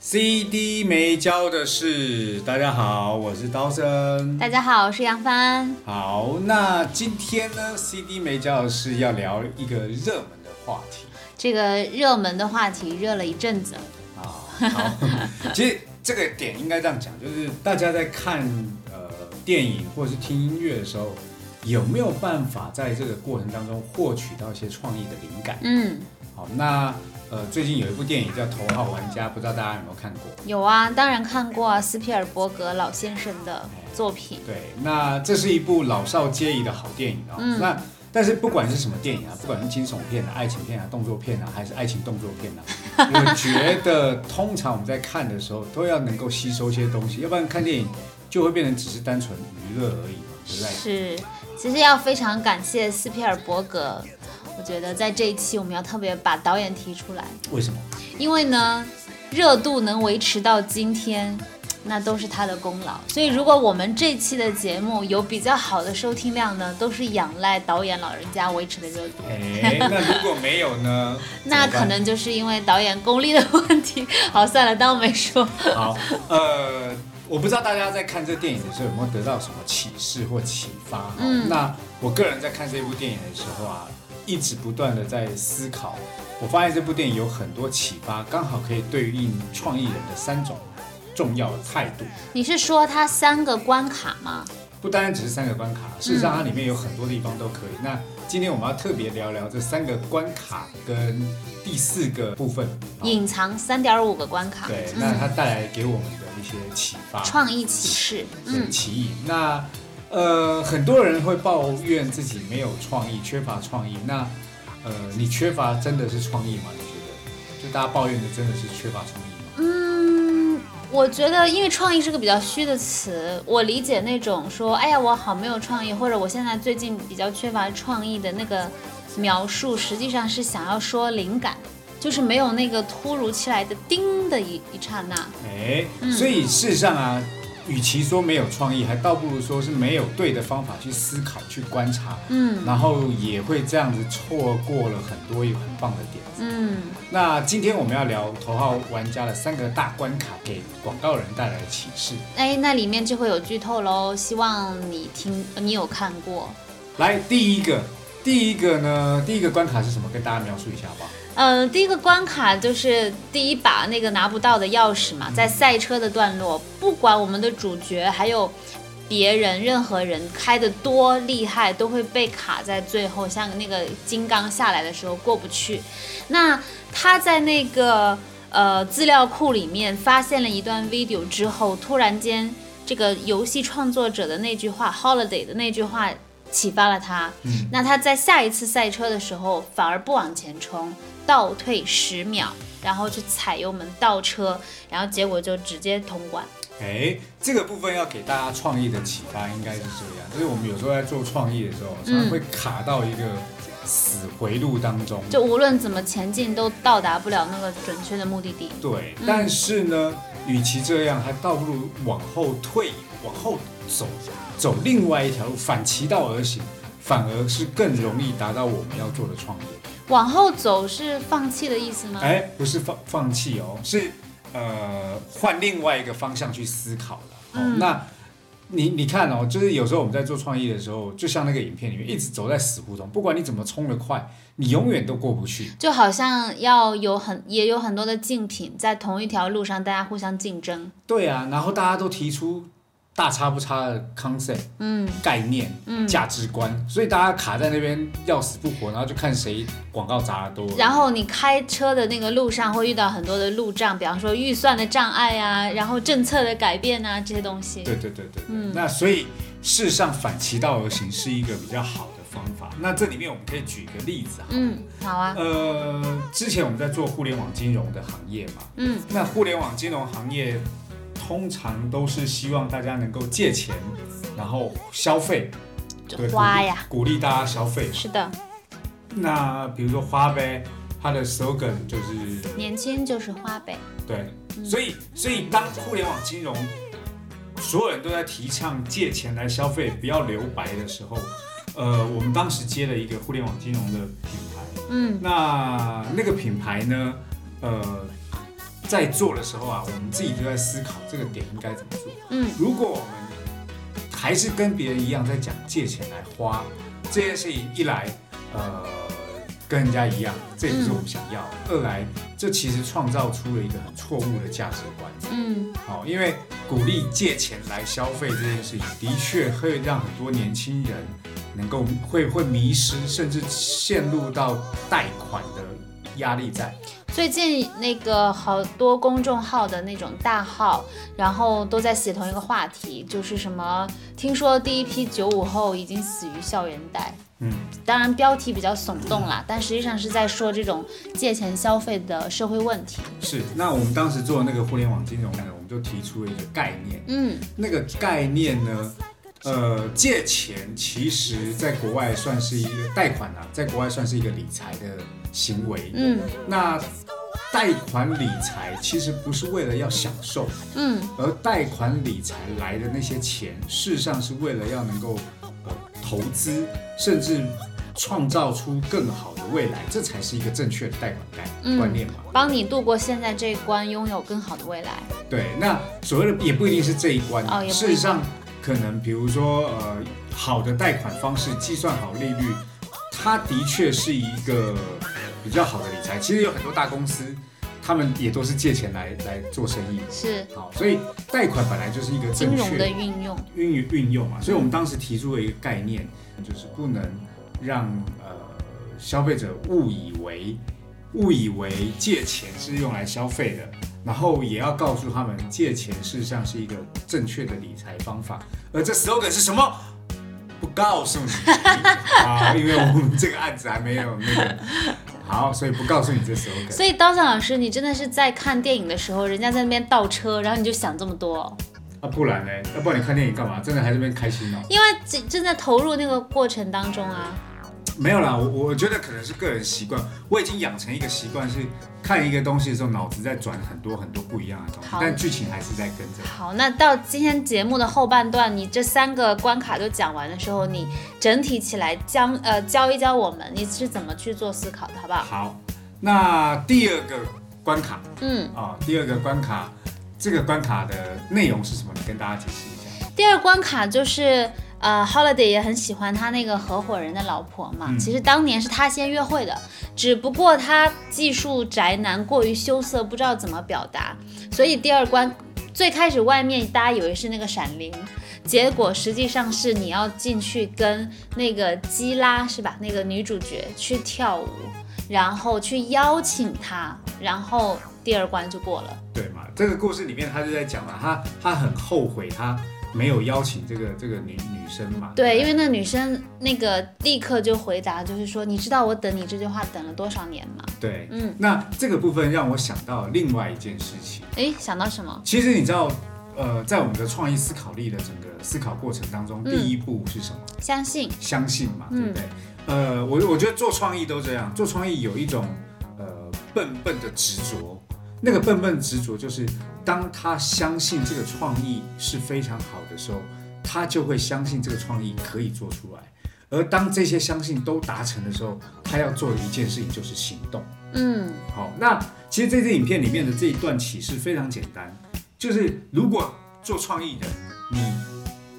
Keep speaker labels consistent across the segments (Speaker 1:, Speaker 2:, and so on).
Speaker 1: CD 没教的事，大家好，我是刀生。
Speaker 2: 大家好，我是杨帆。
Speaker 1: 好，那今天呢，CD 没教的事要聊一个热门的话题
Speaker 2: 这个热门的话题热了一阵子
Speaker 1: 啊。
Speaker 2: 了，
Speaker 1: 好，其实这个点应该这样讲，就是大家在看呃电影或者是听音乐的时候，有没有办法在这个过程当中获取到一些创意的灵感？
Speaker 2: 嗯，
Speaker 1: 好，那呃最近有一部电影叫《头号玩家》，不知道大家有没有看过？
Speaker 2: 有啊，当然看过啊，斯皮尔伯格老先生的作品。
Speaker 1: 对，那这是一部老少皆宜的好电影哦。
Speaker 2: 嗯
Speaker 1: 那但是不管是什么电影啊，不管是惊悚片啊、爱情片啊、动作片啊，还是爱情动作片啊， 我觉得通常我们在看的时候都要能够吸收一些东西，要不然看电影就会变成只是单纯娱乐而已嘛，对不对？
Speaker 2: 是，其实要非常感谢斯皮尔伯格，我觉得在这一期我们要特别把导演提出来，
Speaker 1: 为 什么？
Speaker 2: 因为呢，热度能维持到今天。那都是他的功劳，所以如果我们这期的节目有比较好的收听量呢，都是仰赖导演老人家维持的热度。
Speaker 1: 哎，那如果没有呢？
Speaker 2: 那
Speaker 1: 怎么办
Speaker 2: 可能就是因为导演功力的问题。 好，算了，当我没说。
Speaker 1: 好， 呃，我不知道大家在看这电影的时候有没有得到什么启示或启发。嗯，
Speaker 2: 嗯
Speaker 1: 那我个人在看这部电影的时候啊，一直不断的在思考，我发现这部电影有很多启发，刚好可以对应创意人的三种重要的态度。
Speaker 2: 你是说它三个关卡吗？
Speaker 1: 不单单只是三个关卡，事实上它里面有很多地方都可以。那今天我们要特别聊聊这三个关卡跟第四个部分。好
Speaker 2: 隐藏三点五个关卡，
Speaker 1: 啊对，那
Speaker 2: 嗯，
Speaker 1: 它带来给我们的一些启发。
Speaker 2: 创意启示，
Speaker 1: 很
Speaker 2: 嗯，
Speaker 1: 奇异。那呃，很多人会抱怨自己没有创意，缺乏创意。那呃，你缺乏真的是创意吗？你觉得？就大家抱怨的真的是缺乏创意吗？
Speaker 2: 嗯，我觉得因为创意是个比较虚的词，我理解那种说，哎呀，我好没有创意，或者我现在最近比较缺乏创意的那个描述，实际上是想要说灵感，就是没有那个突如其来的叮的一一刹那。
Speaker 1: 哎、
Speaker 2: 嗯
Speaker 1: 所以事实上啊，与其说没有创意，还倒不如说是没有对的方法去思考、去观察，
Speaker 2: 嗯
Speaker 1: 然后也会这样子错过了很多有很棒的点。
Speaker 2: 嗯。
Speaker 1: 那今天我们要聊头号玩家的三个大关卡，给广告人带来的启示。
Speaker 2: 哎，那里面就会有剧透喽。希望你听，呃你有看过。
Speaker 1: 来，第一个，第一个呢，第一个关卡是什么？跟大家描述一下好不好？
Speaker 2: 嗯、第一个关卡就是第一把那个拿不到的钥匙嘛，在赛车的段落，不管我们的主角还有别人任何人开的多厉害，都会被卡在最后，像那个金刚下来的时候过不去。那他在那个呃资料库里面发现了一段 video 之后，突然间这个游戏创作者的那句话 “holiday” 的那句话启发了他。
Speaker 1: 嗯
Speaker 2: 那他在下一次赛车的时候反而不往前冲，倒退十秒，然后去踩油门倒车，然后结果就直接通关。
Speaker 1: 哎，这个部分要给大家创意的启发应该是这样，就是我们有时候在做创意的时候，常常会卡到一个死回路当中。
Speaker 2: 就无论怎么前进，都到达不了那个准确的目的地。
Speaker 1: 对，但是呢，与其这样，还倒不如往后退，往后走，走另外一条路，反其道而行，反而是更容易达到我们要做的创意。
Speaker 2: 往后走是放弃的意思吗？
Speaker 1: 哎，不是放放弃哦，是呃换另外一个方向去思考了。哦，
Speaker 2: 嗯
Speaker 1: 那你你看哦，就是有时候我们在做创意的时候，就像那个影片里面，一直走在死胡同，不管你怎么冲得快，你永远都过不去。
Speaker 2: 就好像要有很也有很多的竞品，在同一条路上，大家互相竞争。
Speaker 1: 对啊，然后大家都提出大差不差的 concept
Speaker 2: 嗯
Speaker 1: 概念、
Speaker 2: 嗯。
Speaker 1: 价值观，所以大家卡在那边要死不活，然后就看谁广告砸得多。
Speaker 2: 然后你开车的那个路上会遇到很多的路障，比方说预算的障碍啊，然后政策的改变啊这些东西。
Speaker 1: 对对对对，嗯
Speaker 2: 嗯，
Speaker 1: 那所以事实上反其道而行是一个比较好的方法。那这里面我们可以举一个例子哈，
Speaker 2: 嗯，好啊。
Speaker 1: 呃，之前我们在做互联网金融的行业嘛，
Speaker 2: 嗯
Speaker 1: 那互联网金融行业。通常都是希望大家能够借钱，然后消费，
Speaker 2: 就
Speaker 1: 对，
Speaker 2: 花呀，
Speaker 1: 鼓励，鼓励大家消费。
Speaker 2: 是的，
Speaker 1: 那比如说花呗，它的 slogan 就是
Speaker 2: 年轻就是花呗，
Speaker 1: 对，所以所以当互联网金融所有人都在提倡借钱来消费，不要留白的时候，呃，我们当时接了一个互联网金融的品牌，
Speaker 2: 嗯
Speaker 1: 那那个品牌呢，呃，在做的时候啊，我们自己就在思考这个点应该怎么做。
Speaker 2: 嗯，
Speaker 1: 如果我们还是跟别人一样在讲借钱来花这件事情，一来呃跟人家一样，这也不是我们想要；二来这其实创造出了一个很错误的价值观。
Speaker 2: 嗯，
Speaker 1: 哦，因为鼓励借钱来消费这件事情，的确会让很多年轻人能够会会迷失，甚至陷入到贷款的压力在。
Speaker 2: 最近那个好多公众号的那种大号，然后都在写同一个话题，就是什么，听说第一批九五后已经死于校园贷，
Speaker 1: 嗯，
Speaker 2: 当然标题比较耸动啦，但实际上是在说这种借钱消费的社会问题。
Speaker 1: 是。那我们当时做那个互联网金融呢，我们就提出了一个概念。
Speaker 2: 嗯
Speaker 1: 那个概念呢，呃，借钱其实在国外算是一个贷款啊，在国外算是一个理财的行为。
Speaker 2: 嗯
Speaker 1: 那贷款理财其实不是为了要享受，
Speaker 2: 嗯，
Speaker 1: 而贷款理财来的那些钱，事实上是为了要能够呃投资，甚至创造出更好的未来，这才是一个正确的贷款概、
Speaker 2: 嗯
Speaker 1: 观念嘛。
Speaker 2: 帮你度过现在这一关，拥有更好的未来。
Speaker 1: 对，那所谓的也不一定是这一关，
Speaker 2: 哦也不一定
Speaker 1: 事实上可能比如说呃，好的贷款方式计算好利率，它的确是一个比较好的理财。其实有很多大公司，他们也都是借钱来来做生意。
Speaker 2: 是
Speaker 1: 好，所以贷款本来就是一个
Speaker 2: 金
Speaker 1: 正
Speaker 2: 融的
Speaker 1: 确
Speaker 2: 运用，
Speaker 1: 运运用嘛，所以我们当时提出了一个概念，就是不能让呃消费者误以为误以为借钱是用来消费的，然后也要告诉他们借钱事实上是一个正确的理财方法。而这 slogan 是什么？不告诉你啊，因为我们这个案子还没有那个好，所以不告诉你这 slogan。
Speaker 2: 所以刀匠老师，你真的是在看电影的时候，人家在那边倒车，然后你就想这么多哦、
Speaker 1: 啊，不然呢？要不然你看电影干嘛？真的还这边开心哦？
Speaker 2: 因为正正在投入那个过程当中啊。
Speaker 1: 没有啦，我我觉得可能是个人习惯，我已经养成一个习惯是看一个东西的时候，脑子在转很多很多不一样的东西
Speaker 2: 好，
Speaker 1: 但剧情还是在跟着。
Speaker 2: 好，那到今天节目的后半段，你这三个关卡都讲完的时候，你整体起来将呃教一教我们，你是怎么去做思考的，好不好？
Speaker 1: 好，那第二个关卡
Speaker 2: 嗯，
Speaker 1: 啊、第二个关卡，这个关卡的内容是什么？你跟大家解释一下。
Speaker 2: 第二关卡就是。呃，Holiday 也很喜欢他那个合伙人的老婆嘛。
Speaker 1: 嗯
Speaker 2: 其实当年是他先约会的，只不过他技术宅男过于羞涩，不知道怎么表达，所以第二关最开始外面大家以为是那个闪灵，结果实际上是你要进去跟那个基拉是吧？那个女主角去跳舞，然后去邀请她，然后第二关就过了。
Speaker 1: 对嘛？这个故事里面他就在讲嘛，他他很后悔他没有邀请这个这个女女生嘛。
Speaker 2: 对，因
Speaker 1: 为
Speaker 2: 为那女生那个立刻就回答，就是说，你知道我等你这句话等了多少年吗？
Speaker 1: 对，
Speaker 2: 嗯，
Speaker 1: 那这个部分让我想到另外一件事情。
Speaker 2: 诶，想到什么？
Speaker 1: 其实你知道，呃，在我们的创意思考力的整个思考过程当中，
Speaker 2: 嗯
Speaker 1: 第一步是什么？
Speaker 2: 相信，
Speaker 1: 相信嘛，对
Speaker 2: 嗯
Speaker 1: 不对？呃，我我觉得做创意都这样，做创意有一种呃笨笨的执着，那个笨笨执着就是当他相信这个创意是非常好的时候，他就会相信这个创意可以做出来。而当这些相信都达成的时候，他要做的一件事情就是行动。
Speaker 2: 嗯
Speaker 1: 好，那其实这支影片里面的这一段启示非常简单，就是如果做创意的你，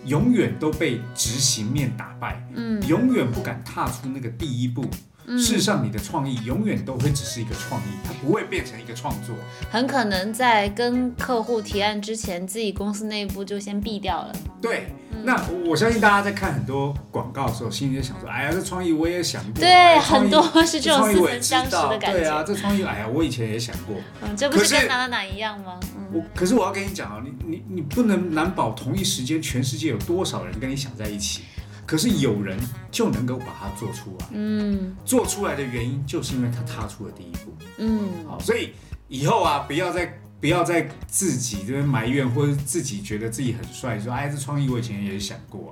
Speaker 1: 永远都被执行面打败，
Speaker 2: 嗯
Speaker 1: 永远不敢踏出那个第一步。
Speaker 2: 嗯，
Speaker 1: 事实上，你的创意永远都会只是一个创意，它不会变成一个创作。
Speaker 2: 很可能在跟客户提案之前，自己公司内部就先毙掉了。
Speaker 1: 对，
Speaker 2: 嗯
Speaker 1: 那我相信大家在看很多广告的时候，心里就想说：“哎呀，这创意我也想过。哎”
Speaker 2: 对，
Speaker 1: 创
Speaker 2: 很
Speaker 1: 意
Speaker 2: 多是这种
Speaker 1: 创意
Speaker 2: 似
Speaker 1: 我也
Speaker 2: 曾
Speaker 1: 知
Speaker 2: 相识
Speaker 1: 道
Speaker 2: 的感
Speaker 1: 对啊，
Speaker 2: 觉。
Speaker 1: 这创意，哎呀，我以前也想过。
Speaker 2: 嗯，这不
Speaker 1: 可
Speaker 2: 是
Speaker 1: 是
Speaker 2: 跟哪哪哪一样吗？嗯
Speaker 1: 我可是我要跟你讲啊，你你你不能难保同一时间全世界有多少人跟你想在一起，可是有人就能够把它做出来，
Speaker 2: 嗯
Speaker 1: 做出来的原因就是因为他踏出了第一步。
Speaker 2: 嗯，
Speaker 1: 好，所以以后啊，不要再不要再自己这边埋怨，或者自己觉得自己很帅，说哎，这创意我以前也想过啊，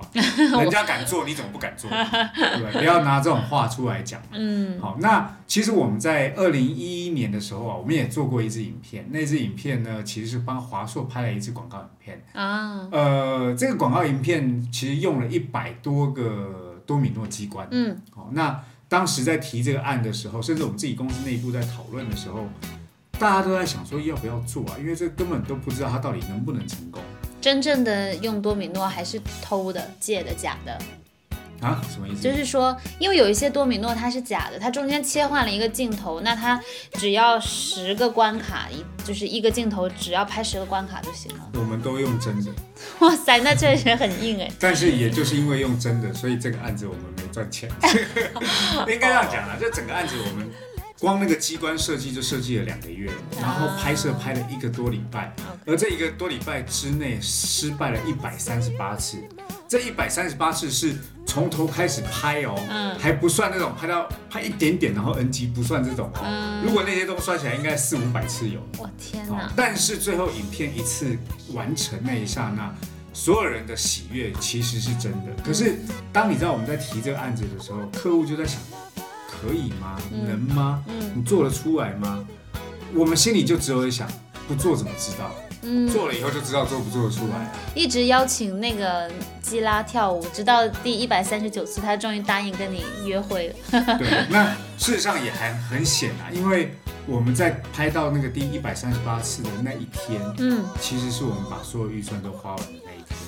Speaker 1: 人家敢做，你怎么不敢做？对吧？不要拿这种话出来讲。
Speaker 2: 嗯
Speaker 1: 好，那其实我们在二零一一年的时候啊，我们也做过一支影片，那支影片呢，其实是帮华硕拍了一支广告影片。
Speaker 2: 啊，
Speaker 1: 呃，这个广告影片其实用了一百多个多米诺机关。
Speaker 2: 嗯
Speaker 1: 好，那当时在提这个案的时候，甚至我们自己公司内部在讨论的时候，大家都在想说要不要做啊，因为这根本都不知道它到底能不能成功
Speaker 2: 真正的用多米诺还是偷的、借的、假的。
Speaker 1: 啊？什么意思？
Speaker 2: 就是说，因为有一些多米诺它是假的，它中间切换了一个镜头，那它只要十个关卡，一就是一个镜头只要拍十个关卡就行 了。
Speaker 1: 我们都用真的，
Speaker 2: 哇塞，那确实很硬哎。
Speaker 1: 但是也就是因为用真的，所以这个案子我们没赚 钱。应该这样讲啦，这整个案子我们光那个机关设计就设计了两个月，然后拍摄拍了一个多礼拜，
Speaker 2: 哦
Speaker 1: 而这一个多礼拜之内失败了一百三十八次。这一百三十八次是从头开始拍哦，
Speaker 2: 嗯
Speaker 1: 还不算那种拍到拍一点点然后 NG 不算这种哦。
Speaker 2: 嗯
Speaker 1: 如果那些都算起来，应该四五百次有。
Speaker 2: 我天
Speaker 1: 哦
Speaker 2: 哪，，
Speaker 1: 但是最后影片一次完成那一刹那，所有人的喜悦其实是真
Speaker 2: 嗯
Speaker 1: 的。可是当你知道我们在提这个案子的时候，客户就在想，可以吗？
Speaker 2: 嗯
Speaker 1: 能吗？
Speaker 2: 嗯
Speaker 1: 你做得出来吗？我们心里就只有一想，不做怎么知道？
Speaker 2: 嗯，
Speaker 1: 做了以后就知道做不做得出来 啊。
Speaker 2: 一直邀请那个基拉跳舞，直到第一百三十九次，他终于答应跟你约会了。
Speaker 1: 对，那事实上也还很显然，因为我们在拍到那个第一百三十八次的那一天，
Speaker 2: 嗯，
Speaker 1: 其实是我们把所有预算都花完的那一天。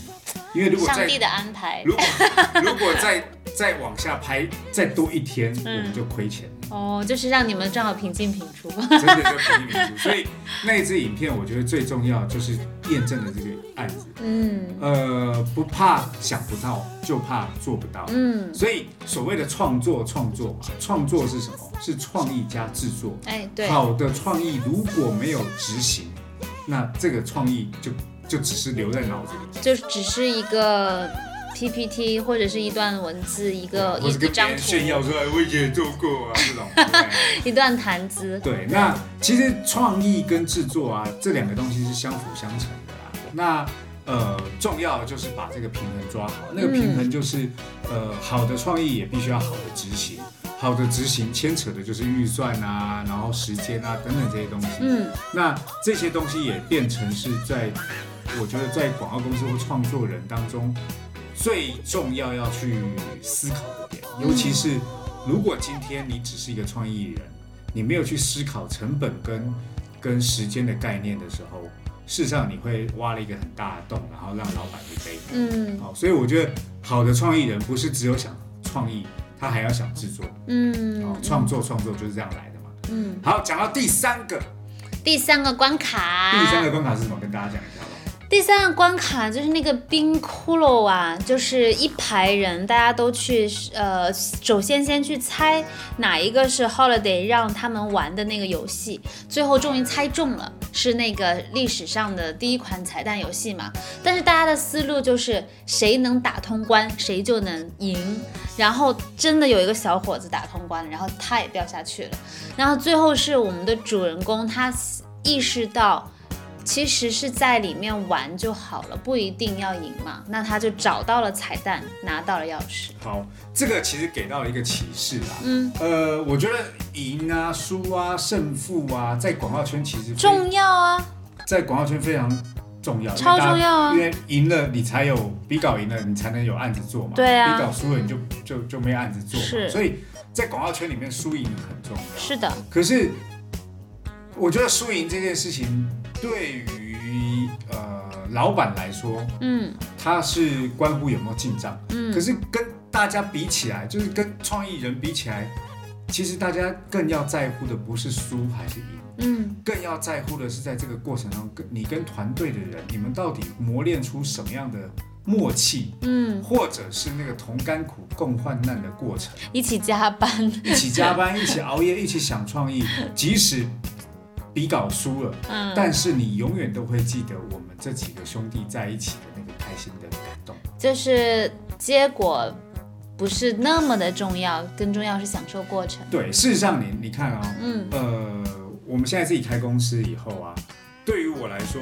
Speaker 1: 因为如果
Speaker 2: 上
Speaker 1: 在
Speaker 2: 帝的安排。
Speaker 1: 如果 如果再再往下拍再多一天，
Speaker 2: 嗯
Speaker 1: 我们就亏钱，
Speaker 2: 哦，就是让你们正好平进平出。
Speaker 1: 真的就平民出。所以那一支影片，我觉得最重要就是验证了这个案子。
Speaker 2: 嗯
Speaker 1: 呃，不怕想不到，就怕做不到。
Speaker 2: 嗯，
Speaker 1: 所以所谓的创作，创作嘛，创作是什么？是创意加制作。
Speaker 2: 哎，对，
Speaker 1: 好的创意如果没有执行，那这个创意就就只是留在脑子里。
Speaker 2: 就只是一个 PPT 或者是一段文字，一个
Speaker 1: 或是
Speaker 2: 一一
Speaker 1: 跟别
Speaker 2: 张
Speaker 1: 人
Speaker 2: 图，
Speaker 1: 炫耀说哎我也做过啊这种。对
Speaker 2: 一段谈资。
Speaker 1: 对，那其实创意跟制作啊，这两个东西是相辅相成的啦。那呃，重要的就是把这个平衡抓好。那个平衡就是，呃，好的创意也必须要好的执行，好的执行牵扯的就是预算啊，然后时间啊等等这些东西。
Speaker 2: 嗯
Speaker 1: 那这些东西也变成是在，我觉得在广告公司或创作人当中最重要要去思考的点，尤其是如果今天你只是一个创意人，你没有去思考成本跟跟时间的概念的时候，事实上你会挖了一个很大的洞，然后让老板去背负。
Speaker 2: 嗯
Speaker 1: 好，所以我觉得好的创意人不是只有想创意，他还要想制作，哦
Speaker 2: 嗯，
Speaker 1: 创作创作就是这样来的嘛。
Speaker 2: 嗯。
Speaker 1: 好，讲到第三个。
Speaker 2: 第三个关卡，
Speaker 1: 第三个关卡是什么？跟大家讲一下吧。
Speaker 2: 第三个关卡就是那个冰窟窿啊，就是一排人，大家都去呃，首先先去猜哪一个是 Holiday 让他们玩的那个游戏，最后终于猜中了，是那个历史上的第一款彩蛋游戏嘛。但是大家的思路就是谁能打通关，谁就能赢。然后真的有一个小伙子打通关了，然后他也掉下去了。然后最后是我们的主人公，他意识到。其实是在里面玩就好了，不一定要赢嘛。那他就找到了彩蛋，拿到了钥匙。
Speaker 1: 好，这个其实给到了一个启示啦。
Speaker 2: 嗯，
Speaker 1: 呃，我觉得赢啊、输啊、胜负啊，在广告圈其实非
Speaker 2: 重要啊，
Speaker 1: 在广告圈非常重要，因为
Speaker 2: 超
Speaker 1: 大家
Speaker 2: 重要啊
Speaker 1: 因为赢了你才有比稿赢了你才能有案子做嘛。
Speaker 2: 对啊
Speaker 1: 比稿输了你就就就没案子做嘛。
Speaker 2: 是
Speaker 1: 所以在广告圈里面输赢很重要。
Speaker 2: 是的，
Speaker 1: 可是，我觉得输赢这件事情对于呃老板来说，
Speaker 2: 嗯
Speaker 1: 它是关乎有没有进账。
Speaker 2: 嗯，
Speaker 1: 可是跟大家比起来，就是跟创意人比起来，其实大家更要在乎的不是输还是赢，
Speaker 2: 嗯
Speaker 1: 更要在乎的是在这个过程中，跟你跟团队的人，你们到底磨练出什么样的默契，
Speaker 2: 嗯，
Speaker 1: 或者是那个同甘苦共患难的过程，
Speaker 2: 一起加班，
Speaker 1: 一起加班，一起熬夜，一起想创意，即使比稿输了，
Speaker 2: 嗯，
Speaker 1: 但是你永远都会记得我们这几个兄弟在一起的那个开心的感动。
Speaker 2: 就是结果不是那么的重要，更重要是享受过程。
Speaker 1: 对，事实上你你看哦，
Speaker 2: 嗯
Speaker 1: 呃，我们现在自己开公司以后啊，对于我来说，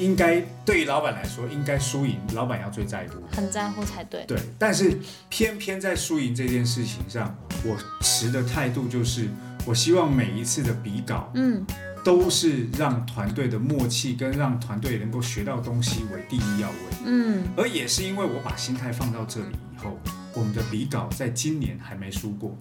Speaker 1: 应该对于老板来说，应该输赢老板要最在乎。
Speaker 2: 很在乎才对。
Speaker 1: 对，但是偏偏在输赢这件事情上，我持的态度就是，我希望每一次的比稿
Speaker 2: 嗯，
Speaker 1: 都是让团队的默契跟让团队能够学到东西为第一要位。
Speaker 2: 嗯，
Speaker 1: 而也是因为我把心态放到这里以后，我们的比稿在今年还没输过。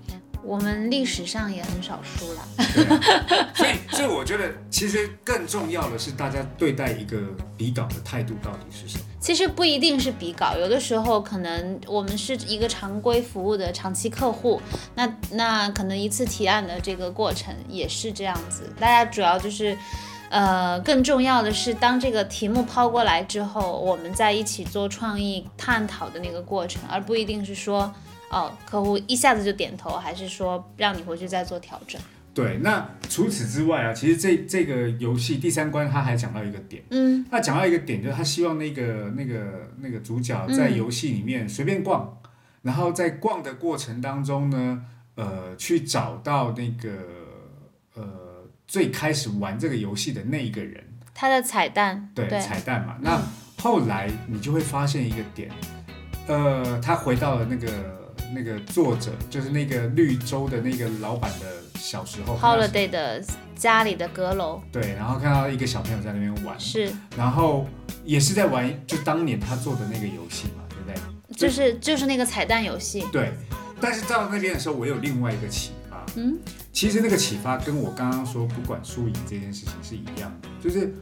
Speaker 2: 我们历史上也很少输了。
Speaker 1: 对啊，所以，所以我觉得其实更重要的是大家对待一个比稿的态度到底是什么。
Speaker 2: 其实不一定是比稿，有的时候可能我们是一个常规服务的长期客户，那那可能一次提案的这个过程也是这样子。大家主要就是，呃，更重要的是，当这个题目抛过来之后，我们在一起做创意探讨的那个过程，而不一定是说，哦，客户一下子就点头，还是说让你回去再做调整。
Speaker 1: 对，那除此之外啊，其实这这个游戏第三关他还讲到一个点，
Speaker 2: 嗯
Speaker 1: 他讲到一个点就是他希望那个那个那个主角在游戏里面随便逛，然后在逛的过程当中呢，呃，去找到那个呃最开始玩这个游戏的那一个人，
Speaker 2: 它的彩蛋，
Speaker 1: 对
Speaker 2: 对
Speaker 1: 彩蛋嘛。那后来你就会发现一个点，呃，他回到了那个那个作者，就是那个绿洲的那个老板的小时候。
Speaker 2: ，Holiday 的家里的阁楼
Speaker 1: 对，然后看到一个小朋友在那边玩，
Speaker 2: 是。
Speaker 1: 然后也是在玩，就当年他做的那个游戏嘛，对不对？
Speaker 2: 就是就是那个彩蛋游戏，
Speaker 1: 对。但是到那边的时候，我有另外一个启发。
Speaker 2: 嗯，
Speaker 1: 其实那个启发跟我刚刚说不管输赢这件事情是一样的，就是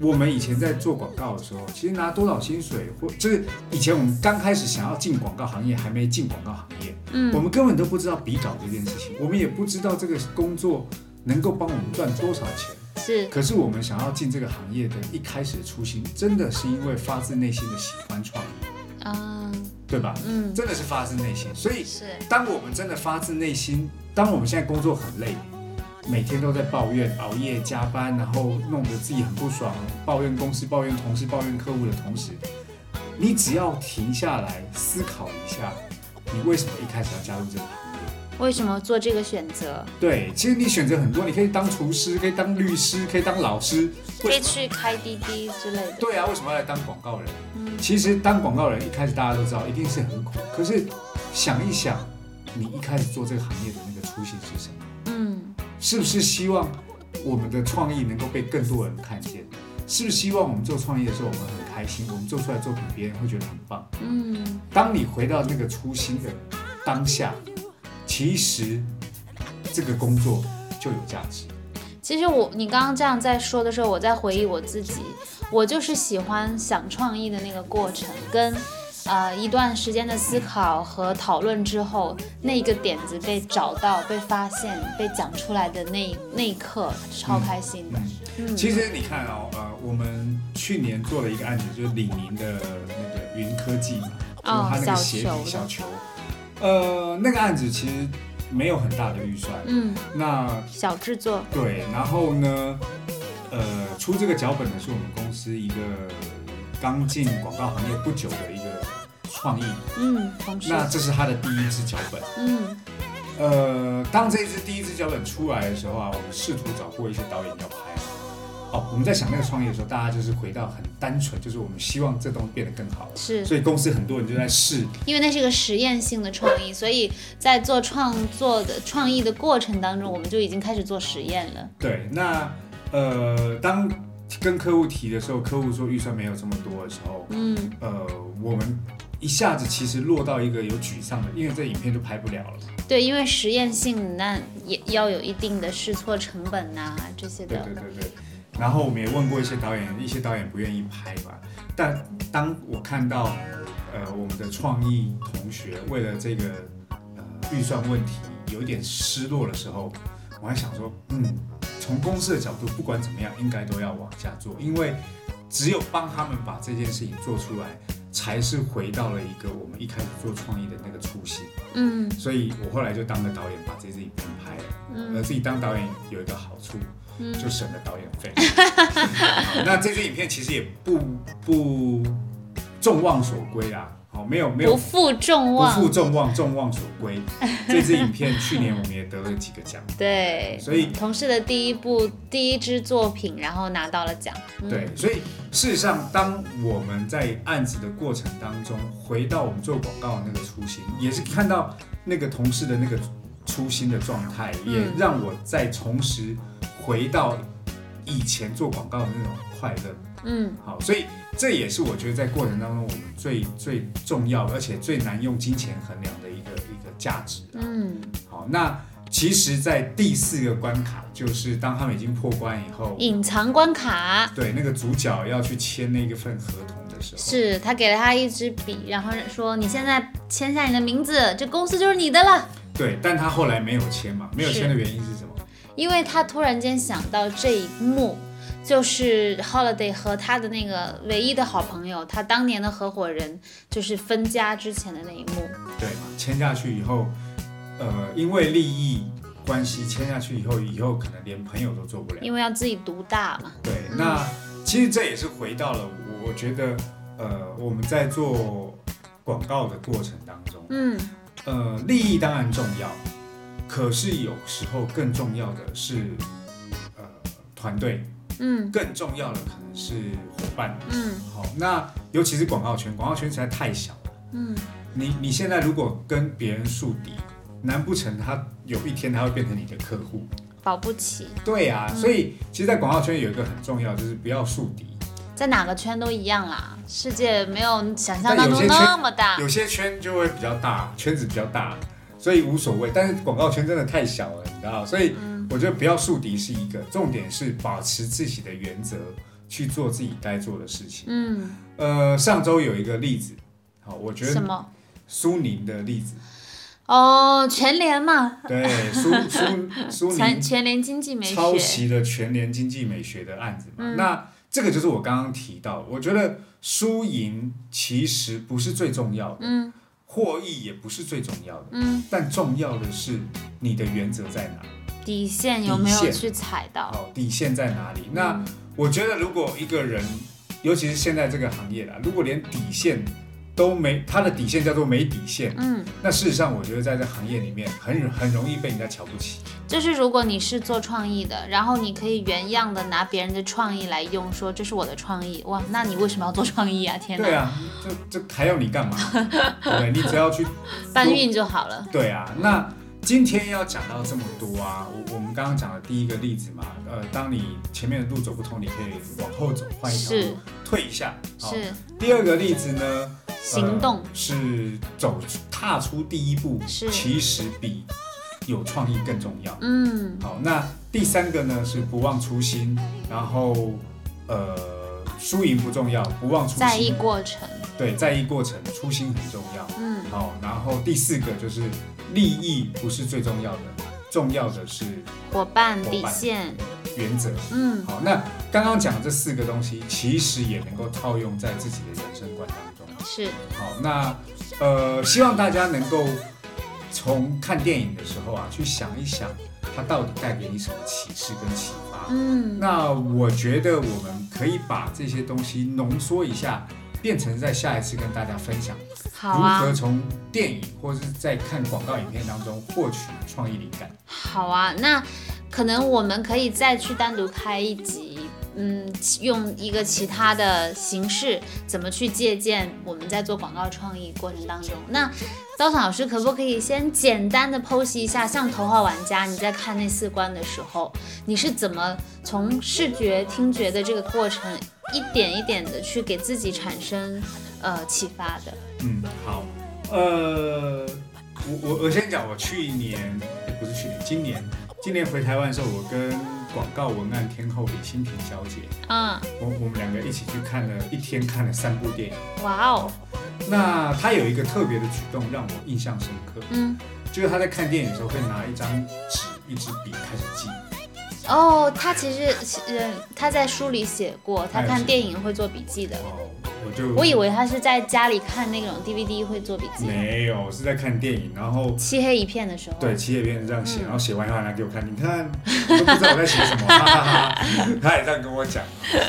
Speaker 1: 我们以前在做广告的时候，其实拿多少薪水，或就是以前我们刚开始想要进广告行业，还没进广告行业，我
Speaker 2: 嗯，
Speaker 1: 们根本都不知道比稿这件事情，我们也不知道这个工作能够帮我们赚多少钱。
Speaker 2: 是
Speaker 1: 可是我们想要进这个行业的一开始的初心，真的是因为发自内心的喜欢创意，
Speaker 2: 啊，
Speaker 1: 对吧？
Speaker 2: 嗯，
Speaker 1: 真的是发自内心。所以，
Speaker 2: 是
Speaker 1: 当我们真的发自内心，当我们现在工作很累，每天都在抱怨、熬夜、加班，然后弄得自己很不爽，抱怨公司、抱怨同事、抱怨客户的同时，你只要停下来思考一下，你为什么一开始要加入这个行业？
Speaker 2: 为什么做这个选择？
Speaker 1: 对，其实你选择很多，你可以当厨师，可以当律师，可以当老师，
Speaker 2: 可
Speaker 1: 为
Speaker 2: 以去开滴滴之类的，
Speaker 1: 对啊，为什么要来当广告人？
Speaker 2: 嗯
Speaker 1: 其实当广告人一开始大家都知道一定是很苦，可是想一想，你一开始做这个行业的那个初心是什么？
Speaker 2: 嗯，
Speaker 1: 是不是希望我们的创意能够被更多人看见？是不是希望我们做创意的时候我们很开心，我们做出来的作品别人会觉得很棒？
Speaker 2: 嗯，
Speaker 1: 当你回到那个初心的当下，其实这个工作就有价值。
Speaker 2: 其实我你刚刚这样在说的时候，我在回忆我自己，我就是喜欢想创意的那个过程，跟呃一段时间的思考和讨论之后，那一个点子被找到、被发现、被讲出来的那一那一刻，超开心的，嗯，
Speaker 1: 其实你看哦，呃，我们去年做了一个案子，就是李宁的那个云科技嘛，就是
Speaker 2: 哦
Speaker 1: 他那个鞋底
Speaker 2: 小球的
Speaker 1: 小球，呃，那个案子其实没有很大的预算，
Speaker 2: 嗯，
Speaker 1: 那
Speaker 2: 小制作，
Speaker 1: 对，然后呢，呃，出这个脚本的是我们公司一个刚进广告行业不久的一个创意，
Speaker 2: 嗯，同事，
Speaker 1: 那这是他的第一支脚本。
Speaker 2: 嗯
Speaker 1: 呃，当这一支第一支脚本出来的时候啊，我们试图找过一些导演要拍。哦，我们在想那个创业的时候，大家就是回到很单纯，就是我们希望这东西变得更好，，
Speaker 2: 是
Speaker 1: 所以公司很多人就在试。
Speaker 2: 因为那是个实验性的创意，所以在做创作的创意的过程当中，我们就已经开始做实验了。
Speaker 1: 对，那呃，当跟客户提的时候，客户说预算没有这么多的时候，
Speaker 2: 嗯，
Speaker 1: 呃，我们一下子其实落到一个有沮丧的，因为这影片就拍不了了。
Speaker 2: 对，因为实验性那也要有一定的试错成本呐、这些
Speaker 1: 对
Speaker 2: 的
Speaker 1: 对。对对。然后我们也问过一些导演，一些导演不愿意拍嘛。但当我看到，呃，我们的创意同学为了这个呃预算问题有一点失落的时候，我还想说，嗯，从公司的角度，不管怎么样，应该都要往下做，因为只有帮他们把这件事情做出来，才是回到了一个我们一开始做创意的那个初心。
Speaker 2: 嗯
Speaker 1: 所以我后来就当了导演，把这支影片拍了。而
Speaker 2: 嗯
Speaker 1: 自己当导演有一个好处，呃就
Speaker 2: 嗯，
Speaker 1: 省了导演费。那这支影片其实也不不众望所归啦，好，没有没有
Speaker 2: 不负众
Speaker 1: 不负
Speaker 2: 望，
Speaker 1: 众望，众望所归。这支影片去年我们也得了几个奖，
Speaker 2: 对，
Speaker 1: 所以
Speaker 2: 同事的第一部第一支作品，然后拿到了奖，嗯
Speaker 1: 对，所以事实上，当我们在案子的过程当中，回到我们做广告的那个初心，也是看到那个同事的那个初心的状态，
Speaker 2: 嗯
Speaker 1: 也让我再重拾回到以前做广告的那种快乐。
Speaker 2: 嗯
Speaker 1: 好，所以这也是我觉得在过程当中我们最最重要，而且最难用金钱衡量的一个一个价值啊。
Speaker 2: 嗯，
Speaker 1: 好，那其实，在第四个关卡，就是当他们已经破关以后，
Speaker 2: 隐藏关卡。
Speaker 1: 对那个主角要去签那个份合同的时候，
Speaker 2: 是他给了他一支笔，然后说你现在签下你的名字，这公司就是你的了。
Speaker 1: 对，但他后来没有签嘛，没有
Speaker 2: 是
Speaker 1: 签的原因是什么？
Speaker 2: 因为他突然间想到这一幕，就是 Holiday 和他的那个唯一的好朋友，他当年的合伙人，就是分家之前的那一幕。
Speaker 1: 对嘛，签下去以后，呃，因为利益关系签下去以后，以后可能连朋友都做不了。
Speaker 2: 因为要自己独大嘛。
Speaker 1: 对，
Speaker 2: 嗯
Speaker 1: 那其实这也是回到了我我觉得，呃，我们在做广告的过程当中，
Speaker 2: 嗯，
Speaker 1: 呃，利益当然重要，可是有时候更重要的是，呃，团队，
Speaker 2: 嗯
Speaker 1: 更重要的可能是伙伴。
Speaker 2: 嗯
Speaker 1: 好，那尤其是广告圈，广告圈实在太小了。
Speaker 2: 嗯，
Speaker 1: 你你现在如果跟别人树敌，难不成他有一天他会变成你的客户？
Speaker 2: 保不齐，
Speaker 1: 对啊，
Speaker 2: 嗯
Speaker 1: 所以其实，在广告圈有一个很重要，就是不要树敌。
Speaker 2: 在哪个圈都一样啦。世界没有想象当
Speaker 1: 但有些
Speaker 2: 中
Speaker 1: 圈
Speaker 2: 那么大。
Speaker 1: 有些圈就会比较大，圈子比较大，所以无所谓。但是广告圈真的太小了，你知道，所以
Speaker 2: 嗯
Speaker 1: 我觉得不要树敌是一个重点，是保持自己的原则去做自己该做的事情。
Speaker 2: 嗯，
Speaker 1: 呃，上周有一个例子，好，我觉
Speaker 2: 什
Speaker 1: 得
Speaker 2: 么？
Speaker 1: 苏宁的例子，
Speaker 2: 哦，全联嘛，
Speaker 1: 对，苏苏苏
Speaker 2: 全
Speaker 1: 宁
Speaker 2: 全联经济美
Speaker 1: 抄
Speaker 2: 学。
Speaker 1: 袭了全联经济美学的案子嘛，
Speaker 2: 嗯
Speaker 1: 那这个就是我刚刚提到，我觉得输赢其实不是最重要的，
Speaker 2: 嗯
Speaker 1: 获益也不是最重要的。
Speaker 2: 嗯，
Speaker 1: 但重要的是你的原则在哪，
Speaker 2: 底线有没有
Speaker 1: 底线哦
Speaker 2: 去踩到？
Speaker 1: 好，底线在哪
Speaker 2: 嗯
Speaker 1: 里？那我觉得，如果一个人，尤其是现在这个行业啦，如果连底线都没，他的底线叫做没底线，
Speaker 2: 嗯，
Speaker 1: 那事实上，我觉得在这行业里面很很容易被人家瞧不起。
Speaker 2: 就是如果你是做创意的，然后你可以原样的拿别人的创意来用，说这是我的创意，哇，那你为什么要做创意啊？天哪，
Speaker 1: 对啊，这这还要你干嘛？ 对不对，你只要去
Speaker 2: 搬运就好了。
Speaker 1: 对啊，那今天要讲到这么多啊，我我们刚刚讲的第一个例子嘛，呃，当你前面的路走不通，你可以往后走，换一条
Speaker 2: 是
Speaker 1: 路，退一下。好嗯
Speaker 2: 是
Speaker 1: 第二个例子呢，呃
Speaker 2: 行动，
Speaker 1: 是走踏出第一步，
Speaker 2: 是
Speaker 1: 其实比有创意更重要。
Speaker 2: 嗯
Speaker 1: 好，那第三个呢是不忘初心，然后呃输赢不重要，不忘初
Speaker 2: 在意
Speaker 1: 心，
Speaker 2: 过程，
Speaker 1: 对，在意过程，初心很重要。
Speaker 2: 嗯
Speaker 1: 好，然后第四个就是利益不是最重要的，重要的是
Speaker 2: 伙伴
Speaker 1: 伙伴
Speaker 2: 底线，
Speaker 1: 原则。
Speaker 2: 嗯
Speaker 1: 好，那刚刚讲的这四个东西，其实也能够套用在自己的人生观当中。
Speaker 2: 是
Speaker 1: 好，那呃，希望大家能够从看电影的时候啊，去想一想它到底带给你什么启示跟启发。
Speaker 2: 嗯
Speaker 1: 那我觉得我们可以把这些东西浓缩一下，变成在下一次跟大家分享。
Speaker 2: 好
Speaker 1: 如
Speaker 2: 啊
Speaker 1: 何从电影或是在看广告影片当中获取创意灵感？
Speaker 2: 好啊，那可能我们可以再去单独开一集。嗯，用一个其他的形式，怎么去借鉴我们在做广告创意过程当中？那高爽老师嗯可不可以先简单的剖析一下，像《头号玩家》，你在看那四关的时候，你是怎么从视觉、听觉的这个过程，一点一点的去给自己产生呃启发的？
Speaker 1: 嗯，好，呃，我我我先讲，我去年、诶不是去年，今年今年回台湾的时候，我跟广告文案天后李新平小姐，
Speaker 2: 嗯，
Speaker 1: 我我们两个一起去看了一天，看了三部电影。
Speaker 2: 哇哦，
Speaker 1: 那她有一个特别的举动让我印象深刻，
Speaker 2: 嗯，
Speaker 1: 就是她在看电影的时候会拿一张纸、一支笔开始记。
Speaker 2: 哦，他其实，呃，他在书里写过，他
Speaker 1: 哎
Speaker 2: 看
Speaker 1: 是
Speaker 2: 电影会做笔记的。
Speaker 1: 哦，我就
Speaker 2: 我以为他是在家里看那种 DVD 会做笔记，
Speaker 1: 没有，是在看电影，然后
Speaker 2: 漆黑一片的时候。
Speaker 1: 对，企业片是这样
Speaker 2: 嗯
Speaker 1: 写，然后写完以后拿给我看，你看，我都不知道我在写什么，哈哈 哈。他也这样跟我讲，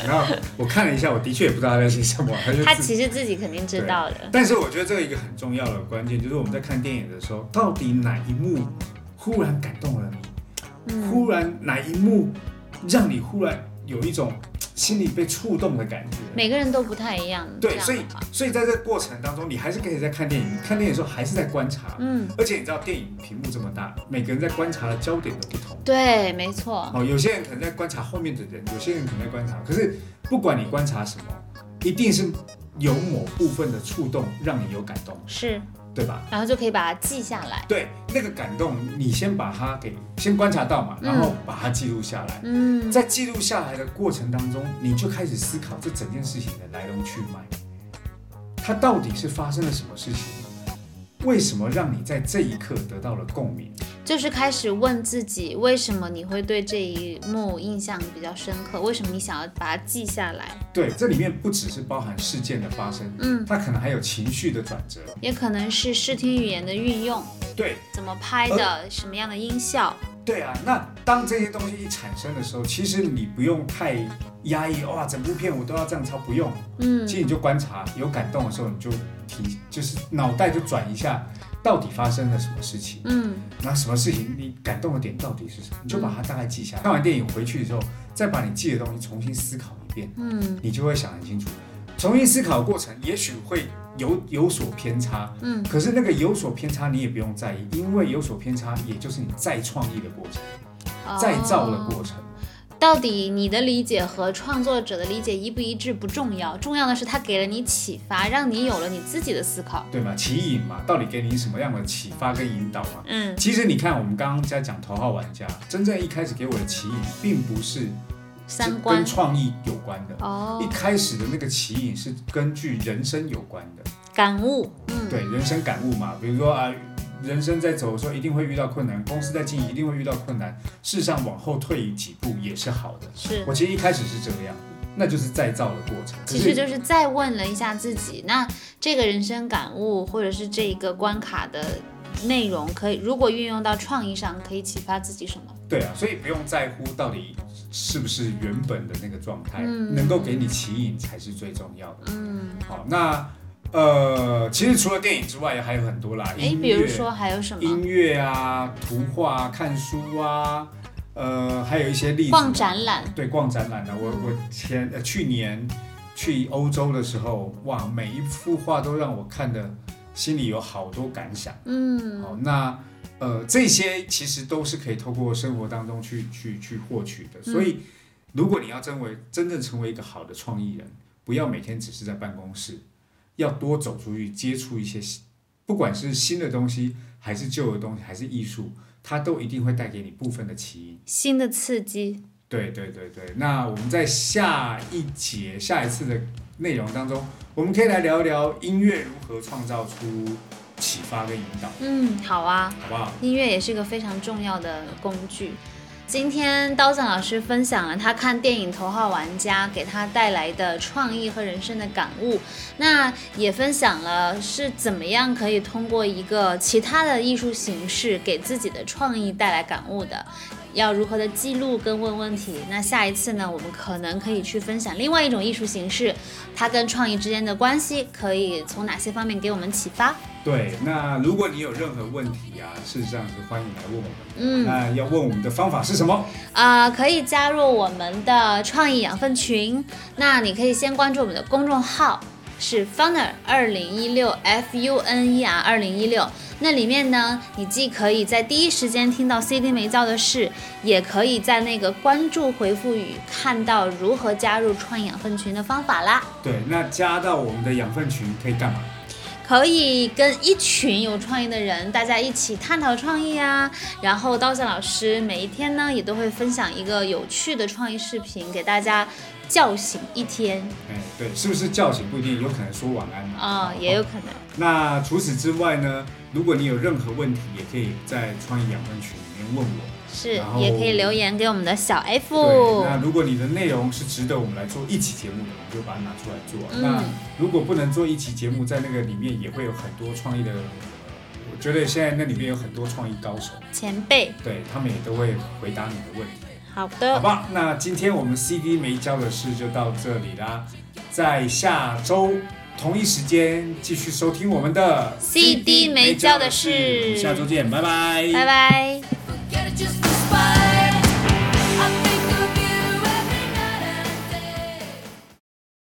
Speaker 1: 然后我看了一下，我的确也不知道他在写什么，他就
Speaker 2: 他
Speaker 1: 自
Speaker 2: 其实自己肯定知道的。
Speaker 1: 但是我觉得这个一个很重要的关键，就是我们在看电影的时候，到底哪一幕忽然感动了你，
Speaker 2: 嗯，
Speaker 1: 忽然哪一幕让你忽然有一种心里被触动的感觉。
Speaker 2: 每个人都不太一样。这
Speaker 1: 对，
Speaker 2: 样
Speaker 1: 所以
Speaker 2: 的话
Speaker 1: 所以在这个过程当中，你还是可以在看电影，看电影的时候还是在观察。
Speaker 2: 嗯，
Speaker 1: 而且你知道电影屏幕这么大，每个人在观察的焦点都不同。
Speaker 2: 对，没错，
Speaker 1: 哦，有些人可能在观察后面的人，有些人可能在观察。可是不管你观察什么，一定是有某部分的触动让你有感动，
Speaker 2: 是，
Speaker 1: 对吧？
Speaker 2: 然后就可以把它记下来。
Speaker 1: 对，那个感动，你先把它给先观察到嘛，
Speaker 2: 嗯
Speaker 1: 然后把它记录下来。
Speaker 2: 嗯，
Speaker 1: 在记录下来的过程当中，你就开始思考这整件事情的来龙去脉，它到底是发生了什么事情，为什么让你在这一刻得到了共鸣？
Speaker 2: 就是开始问自己，为什么你会对这一幕印象比较深刻？为什么你想要把它记下来？
Speaker 1: 对，这里面不只是包含事件的发生，
Speaker 2: 嗯，
Speaker 1: 它可能还有情绪的转折。
Speaker 2: 也可能是视听语言的运用，
Speaker 1: 对，
Speaker 2: 怎么拍
Speaker 1: 呃
Speaker 2: 的，什么样的音效。
Speaker 1: 对啊，那当这些东西一产生的时候，其实你不用太压抑，哇，整部片我都要这样操，不用。
Speaker 2: 嗯，
Speaker 1: 其实你就观察，有感动的时候你就提，就是脑袋就转一下，到底发生了什么事情，
Speaker 2: 嗯，
Speaker 1: 那什么事情你感动的点到底是什么，你就把它大概记下来。看完电影回去之后，再把你记的东西重新思考一遍，
Speaker 2: 嗯，
Speaker 1: 你就会想很清楚。重新思考的过程也许会有有所偏差，
Speaker 2: 嗯，
Speaker 1: 可是那个有所偏差你也不用在意，因为有所偏差也就是你再创意的过程。再造的
Speaker 2: 哦
Speaker 1: 过程。
Speaker 2: 到底你的理解和创作者的理解一不一致不重要，重要的是他给了你启发，让你有了你自己的思考。
Speaker 1: 对吗？奇影嘛，到底给你什么样的启发跟引导嘛？
Speaker 2: 嗯
Speaker 1: 其实你看，我们刚刚在讲头号玩家，真正一开始给我的奇影，并不是
Speaker 2: 三观
Speaker 1: 跟创意有关的。
Speaker 2: 哦
Speaker 1: 一，开始的那个奇影是根据人生有关的，
Speaker 2: 感悟，嗯，
Speaker 1: 对人生感悟嘛，比如说啊，人生在走的时候一定会遇到困难，公司在经营一定会遇到困难，事实上往后退几步也是好的。
Speaker 2: 是，
Speaker 1: 我其实一开始是这样，那就是再造的过程。
Speaker 2: 其
Speaker 1: 可
Speaker 2: 实
Speaker 1: 是
Speaker 2: 就是再问了一下自己，那这个人生感悟或者是这一个关卡的内容，可以如果运用到创意上，可以启发自己什么？
Speaker 1: 对啊，所以不用在乎到底是不是原本的那个状态，
Speaker 2: 嗯
Speaker 1: 能够给你起引才是最重要的。
Speaker 2: 嗯，
Speaker 1: 好，那呃，其实除了电影之外，还有很多啦，
Speaker 2: 诶，
Speaker 1: 音乐，
Speaker 2: 比如说还有什么？
Speaker 1: 音乐啊、图画啊、看书啊，呃，还有一些例子，
Speaker 2: 逛展览，
Speaker 1: 对，逛展览啊。我我前呃去年去欧洲的时候，哇，每一幅画都让我看的心里有好多感想。
Speaker 2: 嗯
Speaker 1: 好，那呃，这些其实都是可以透过生活当中去去去获取的。
Speaker 2: 嗯
Speaker 1: 所以，如果你要真为真正成为一个好的创意人，不要每天只是在办公室，要多走出去接触一些新，不管是新的东西，还是旧的东西，还是艺术，它都一定会带给你部分的起因。
Speaker 2: 新的刺激，
Speaker 1: 对对对对，那我们在下一节、下一次的内容当中，我们可以来聊一聊音乐如何创造出启发跟引导，
Speaker 2: 嗯，好啊。
Speaker 1: 好不好？
Speaker 2: 音乐也是个非常重要的工具。今天刀仔老师分享了他看电影《头号玩家》给他带来的创意和人生的感悟，那也分享了是怎么样可以通过一个其他的艺术形式给自己的创意带来感悟的，要如何的记录跟问问题。那下一次呢，我们可能可以去分享另外一种艺术形式，它跟创意之间的关系可以从哪些方面给我们启发？
Speaker 1: 对，那如果你有任何问题啊，事实上是欢迎来问我们。
Speaker 2: 嗯。
Speaker 1: 那要问我们的方法是什么？
Speaker 2: 啊、可以加入我们的创意养分群。那你可以先关注我们的公众号，是 Funer 二零一六 F U N E R 二零一六。那里面呢，你既可以在第一时间听到 CD 没造的事，也可以在那个关注回复语看到如何加入创意养分群的方法啦。
Speaker 1: 对，那加到我们的养分群可以干嘛？
Speaker 2: 可以跟一群有创意的人，大家一起探讨创意啊。然后刀仔老师每一天呢，也都会分享一个有趣的创意视频给大家叫醒一天
Speaker 1: 哎，对，是不是叫醒不一定，有可能说晚安嘛。
Speaker 2: 啊、也有可能。
Speaker 1: 那除此之外呢，如果你有任何问题，也可以在创意养分群里面问我。
Speaker 2: 是
Speaker 1: 然后
Speaker 2: 也可以留言给我们的小 F。
Speaker 1: 对，那如果你的内容是值得我们来做一期节目的，我们就把它拿出来做。啊
Speaker 2: 嗯
Speaker 1: 那如果不能做一期节目，在那个里面也会有很多创意的，我觉得现在那里面有很多创意高手，
Speaker 2: 前辈，
Speaker 1: 对他们也都会回答你的问题。
Speaker 2: 好
Speaker 1: 好
Speaker 2: 的，
Speaker 1: 吧，那今天我们 CD 没教的事就到这里啦，在下周同一时间继续收听我们的
Speaker 2: CD 没教的事
Speaker 1: 下周见，拜拜，
Speaker 2: 拜拜。